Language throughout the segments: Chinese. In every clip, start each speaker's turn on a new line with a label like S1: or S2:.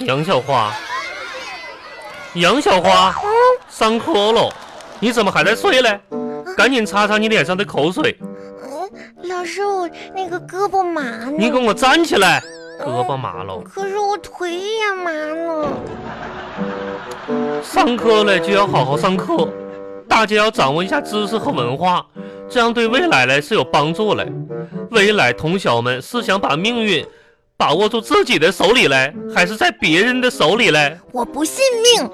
S1: 杨小花，杨小花，伤口了，你怎么还在睡嘞？赶紧擦擦你脸上的口水，
S2: 嗯，老师，我那个胳膊麻呢。
S1: 你给我站起来，胳膊麻了，
S2: 可是我腿也麻呢。
S1: 上课嘞就要好好上课，大家要掌握一下知识和文化，这样对未来嘞是有帮助嘞。未来同学们是想把命运把握住自己的手里嘞，还是在别人的手里嘞？
S2: 我不信命。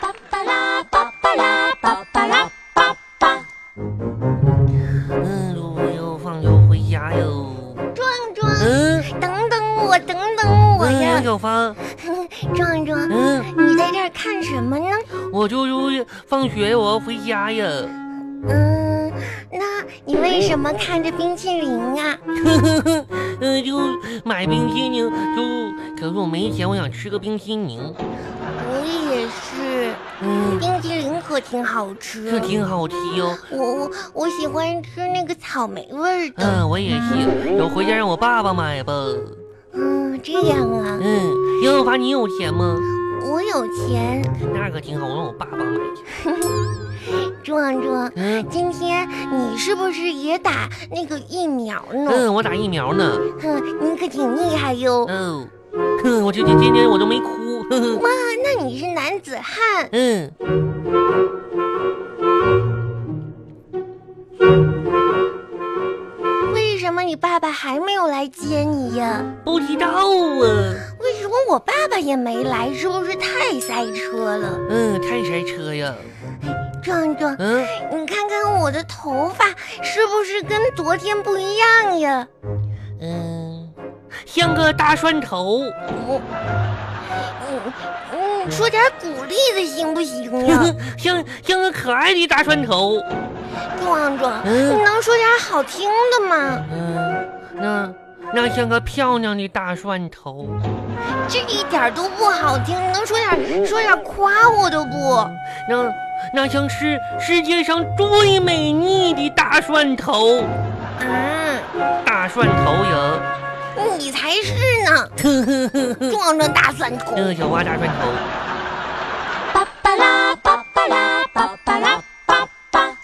S3: 巴巴拉巴巴拉巴巴拉巴巴。
S1: 嗯，我又放学回家哟。
S2: 壮壮，
S1: 嗯
S2: 等等我，等等我呀！
S1: 小芳，
S2: 壮壮，
S1: 嗯
S2: 你在这儿看什么呢？
S1: 我就是放学我要回家 呀。
S2: 嗯，那你为什么看着冰淇淋啊？
S1: 嗯，就买冰淇淋，就可是我没钱，我想吃个冰淇淋。
S2: 我也是，
S1: 嗯，
S2: 冰淇淋可挺好吃
S1: 这。挺好吃哟。
S2: 我我我喜欢吃那个草莓味儿的。
S1: 嗯，我也是，我回家让我爸爸买吧。
S2: 嗯，这样啊，
S1: 嗯，杨小凡，你有钱吗？
S2: 我有钱。
S1: 那可挺好，我让我爸爸买去。
S2: 壮壮，
S1: 嗯
S2: 今天你是不是也打那个疫苗呢？
S1: 嗯，我打疫苗呢。
S2: 哼，你可挺厉害哟。
S1: 哦，哼，我这这今天我都没哭。呵呵
S2: 哇，那你是男子汉。
S1: 嗯，
S2: 为什么你爸爸还没有来接你呀？
S1: 不知道啊。
S2: 为什么我爸爸也没来？是不是太塞车了？
S1: 嗯，太塞车呀。
S2: 壮壮，
S1: 嗯，
S2: 你看看我的头发是不是跟昨天不一样呀？
S1: 嗯，像个大蒜头。
S2: 我，嗯嗯，说点鼓励的行不行 呀？
S1: 像像个可爱的大蒜头。
S2: 壮壮，
S1: 嗯
S2: 你能说点好听的吗？
S1: 嗯，那那像个漂亮的大蒜头，
S2: 这一点都不好听，你能说点说点夸我的不？
S1: 那那像是世界上最美丽的大蒜头，
S2: 嗯，
S1: 大蒜头呀，
S2: 你才是呢，
S1: 呵呵呵呵，
S2: 壮壮大蒜头。
S1: 那个小花大蒜头。
S3: 巴巴拉巴巴拉巴巴拉巴巴。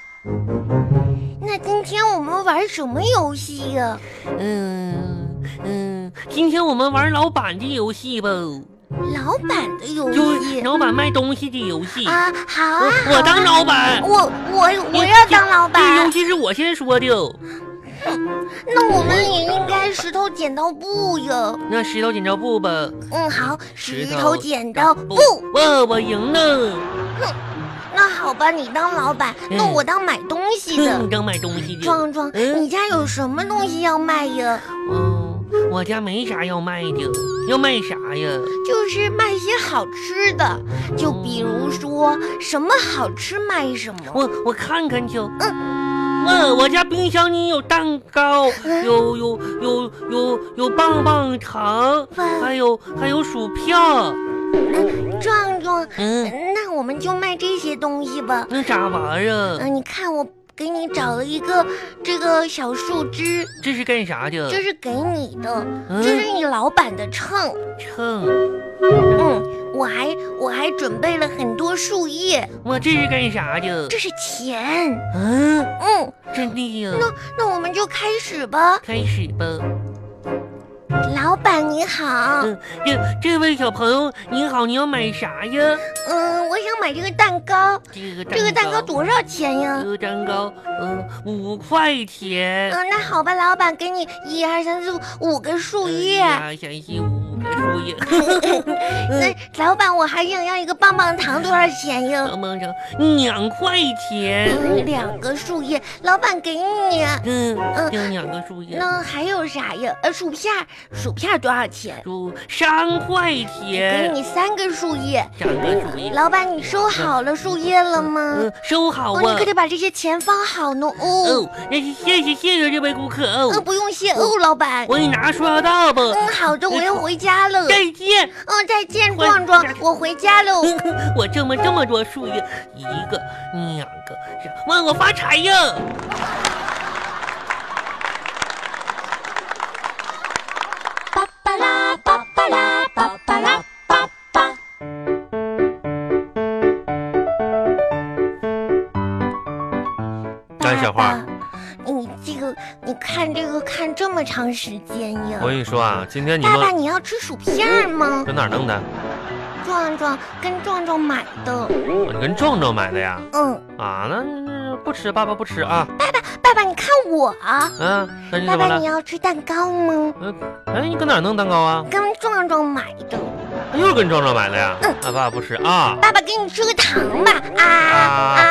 S2: 那今天我们玩什么游戏呀、
S1: 嗯嗯，今天我们玩老板的游戏吧，
S2: 老板的游
S1: 就是
S2: 戏
S1: 老板卖东西的游戏。
S2: 哎啊，好啊，好
S1: 我
S2: 啊
S1: 我当老板，
S2: 我我我要当老
S1: 这游
S2: 板，
S1: 戏是我先说的。
S2: 那我们也应该石头剪刀布呀。
S1: 那石头剪刀布吧，
S2: 嗯，好，
S1: 石
S2: 石
S1: 头
S2: 头剪刀布。
S1: 哇，我赢了。
S2: 那好吧，你当老板，
S1: 嗯
S2: 那我当买东西
S1: 哼，
S2: 的。
S1: 刚买东西的。
S2: 壮壮，
S1: 嗯
S2: 你家有什么东西要卖呀？
S1: 嗯，我家没啥要卖的，要卖啥呀？
S2: 就是卖些好吃的，就比如说什么好吃卖什么。
S1: 哦我我看看去。嗯，我家冰箱里有蛋糕，
S2: 嗯
S1: 有有有有有棒棒糖，
S2: 哇
S1: 还有还有薯票。
S2: 壮壮，
S1: 嗯，
S2: 那我们就卖这些东西吧。
S1: 那啥玩意
S2: 嗯、
S1: 儿？
S2: 你看我给你找了一个这个小树枝，
S1: 这是干啥的？
S2: 这是给你的，这
S1: 嗯，
S2: 是你老板的秤。
S1: 秤。
S2: 嗯，我还我还准备了很多树叶，
S1: 我这是干啥的
S2: 这？是钱。
S1: 嗯，
S2: 嗯，
S1: 真的呀。
S2: 那那我们就开始吧。
S1: 开始吧。
S2: 老板你好，
S1: 嗯，这这位小朋友你好，你要买啥呀？
S2: 嗯，我想买这个蛋糕，
S1: 这个
S2: 这个蛋糕多少钱呀？
S1: 这个蛋糕，嗯，五块钱。
S2: 嗯，那好吧，老板，给你一二三四五五个树叶。
S1: 哎呀，想起五个树 叶，
S2: 嗯那老板，我还想要一个棒棒糖，多少钱呀？
S1: 帮帮上两块钱。
S2: 嗯，两个树叶，老板给你。
S1: 嗯，要两个树叶，
S2: 那还有啥呀？呃，薯片儿，薯片儿多少钱？
S1: 就三块
S2: 给
S1: 钱，
S2: 你三个树叶。
S1: 三个树叶。
S2: 老板，你收好了树叶了吗
S1: 嗯？，收好
S2: 哦，
S1: 啊
S2: 你可。得把这些钱放好呢哦。
S1: 哦，那是谢谢谢谢这位顾客
S2: 呃，
S1: 哦，
S2: 不用谢哦，老板。
S1: 我给你拿刷到吧。
S2: 嗯，好的，我要回家了。
S1: 再见。
S2: 嗯，再见，壮壮，我回家喽。
S1: 我这么这么多树叶，一个两个，哇，我发财呀！
S2: 这个看这么长时间呀
S4: 我？跟你说啊，今天你
S2: 爸爸，
S4: 们
S2: 你要吃薯片吗？
S4: 搁哪儿弄的？
S2: 壮壮跟壮壮买的。
S4: 你跟壮壮买的呀？
S2: 嗯，
S4: 啊，那那不吃，爸爸不吃啊。
S2: 爸爸，你看我啊。
S4: 嗯、那你
S2: 爸
S4: 怎么
S2: 爸，你
S4: 了？
S2: 要吃蛋糕吗？
S4: 哎，你搁哪儿弄蛋糕啊？
S2: 跟壮壮买的。
S4: 又是跟壮壮买的呀？
S2: 嗯
S4: 啊，爸爸不吃啊。
S2: 爸爸，给你吃个糖吧。啊
S4: 啊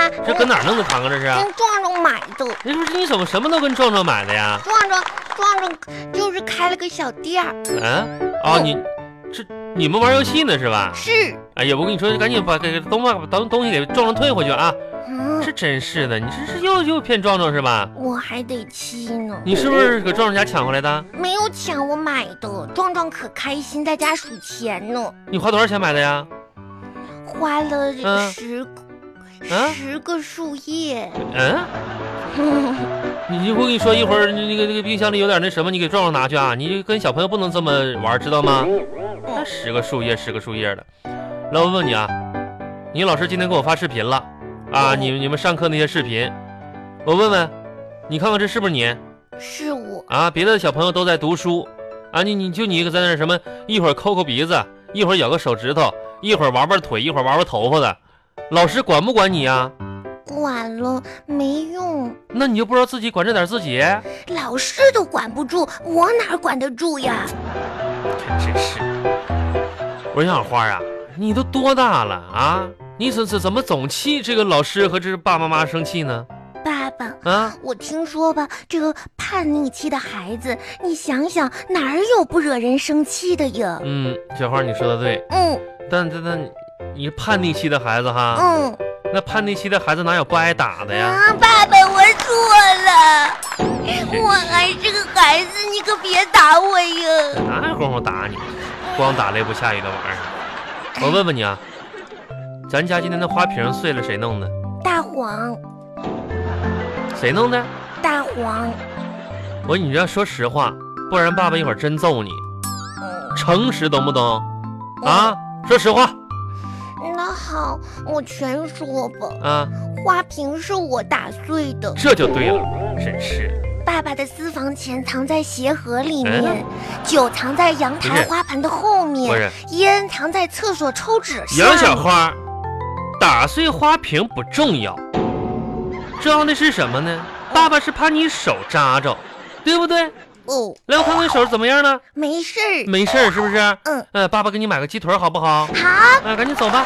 S2: 啊，！
S4: 这搁哪儿弄的糖啊？这是？
S2: 跟壮壮买的。
S4: 那不是你怎么什么都跟壮壮买的呀？
S2: 壮壮，壮壮就是开了个小店儿。
S4: 嗯、哦，你这你们玩游戏呢是吧？
S2: 是，
S4: 哎呀，我跟你说，赶紧把给东把东东西给壮壮退回去啊！
S2: 嗯，
S4: 这真是的，你这是又又骗壮壮是吧？
S2: 我还得吃呢。
S4: 你是不
S2: 嗯
S4: 是搁壮壮家抢回来的？
S2: 没有抢我买的，壮壮可开心，在家数钱呢，
S4: 你花多少钱买的呀？
S2: 花了
S4: 嗯
S2: 十个、
S4: 嗯
S2: 十个树叶。
S4: 嗯，你你我跟你说，一会儿那个那个冰箱里有点那什么，你给壮壮拿去啊！你跟小朋友不能这么玩，知道吗？那十个树叶，十个树叶的。来，我问你啊，你老师今天给我发视频了啊？
S2: 哦
S4: 你你们上课那些视频，我问问，你看看这是不是你
S2: 是我，
S4: 啊？别的小朋友都在读书啊，你你就你一个在那儿什么，一会儿抠抠鼻子，一会儿咬个手指头，一会儿玩玩腿，一会儿玩玩头发的，老师管不管你啊？
S2: 管了没用，
S4: 那你就不知道自己管着点自己？
S2: 老师都管不住，我哪儿管得住呀？
S4: 真是。我说小花啊，你都多大了啊？你怎怎怎么总气这个老师和这爸爸妈妈生气呢？
S2: 爸爸，
S4: 啊，
S2: 我听说吧，这个叛逆期的孩子，你想想哪儿有不惹人生气的呀？
S4: 嗯，小花你说的对，
S2: 嗯
S4: 但但但你叛逆期的孩子哈，
S2: 嗯
S4: 那叛逆期的孩子哪有不挨打的呀？
S2: 啊，爸爸，我错了，我还是个孩子，你可别打我呀！
S4: 哪有功夫打你？光打雷不下雨的玩意儿。我问问你啊，咱家今天的花瓶碎了，谁弄的？
S2: 大黄，
S4: 谁弄的？
S2: 大黄，
S4: 我说你要说实话，不然爸爸一会儿真揍你。
S2: 嗯
S4: 诚实懂不懂？啊，说实话
S2: 那好，我全说吧。
S4: 啊，
S2: 花瓶是我打碎的，
S4: 这就对了，真是。
S2: 爸爸的私房钱藏在鞋盒里面，
S4: 嗯
S2: 酒藏在阳
S4: 不
S2: 台
S4: 是
S2: 花盆的后
S4: 不
S2: 面，
S4: 是
S2: 烟藏在厕所抽纸上。
S4: 杨小花，打碎花瓶不重要，重要的是什么呢？爸爸是怕你手扎着，对不对？
S2: 哦，
S4: 来，我看看手怎么样了，
S2: 没事儿。
S4: 没事儿是不是？
S2: 嗯，
S4: 呃，爸爸给你买个鸡腿儿好不好？
S2: 好，
S4: 啊，赶紧走吧。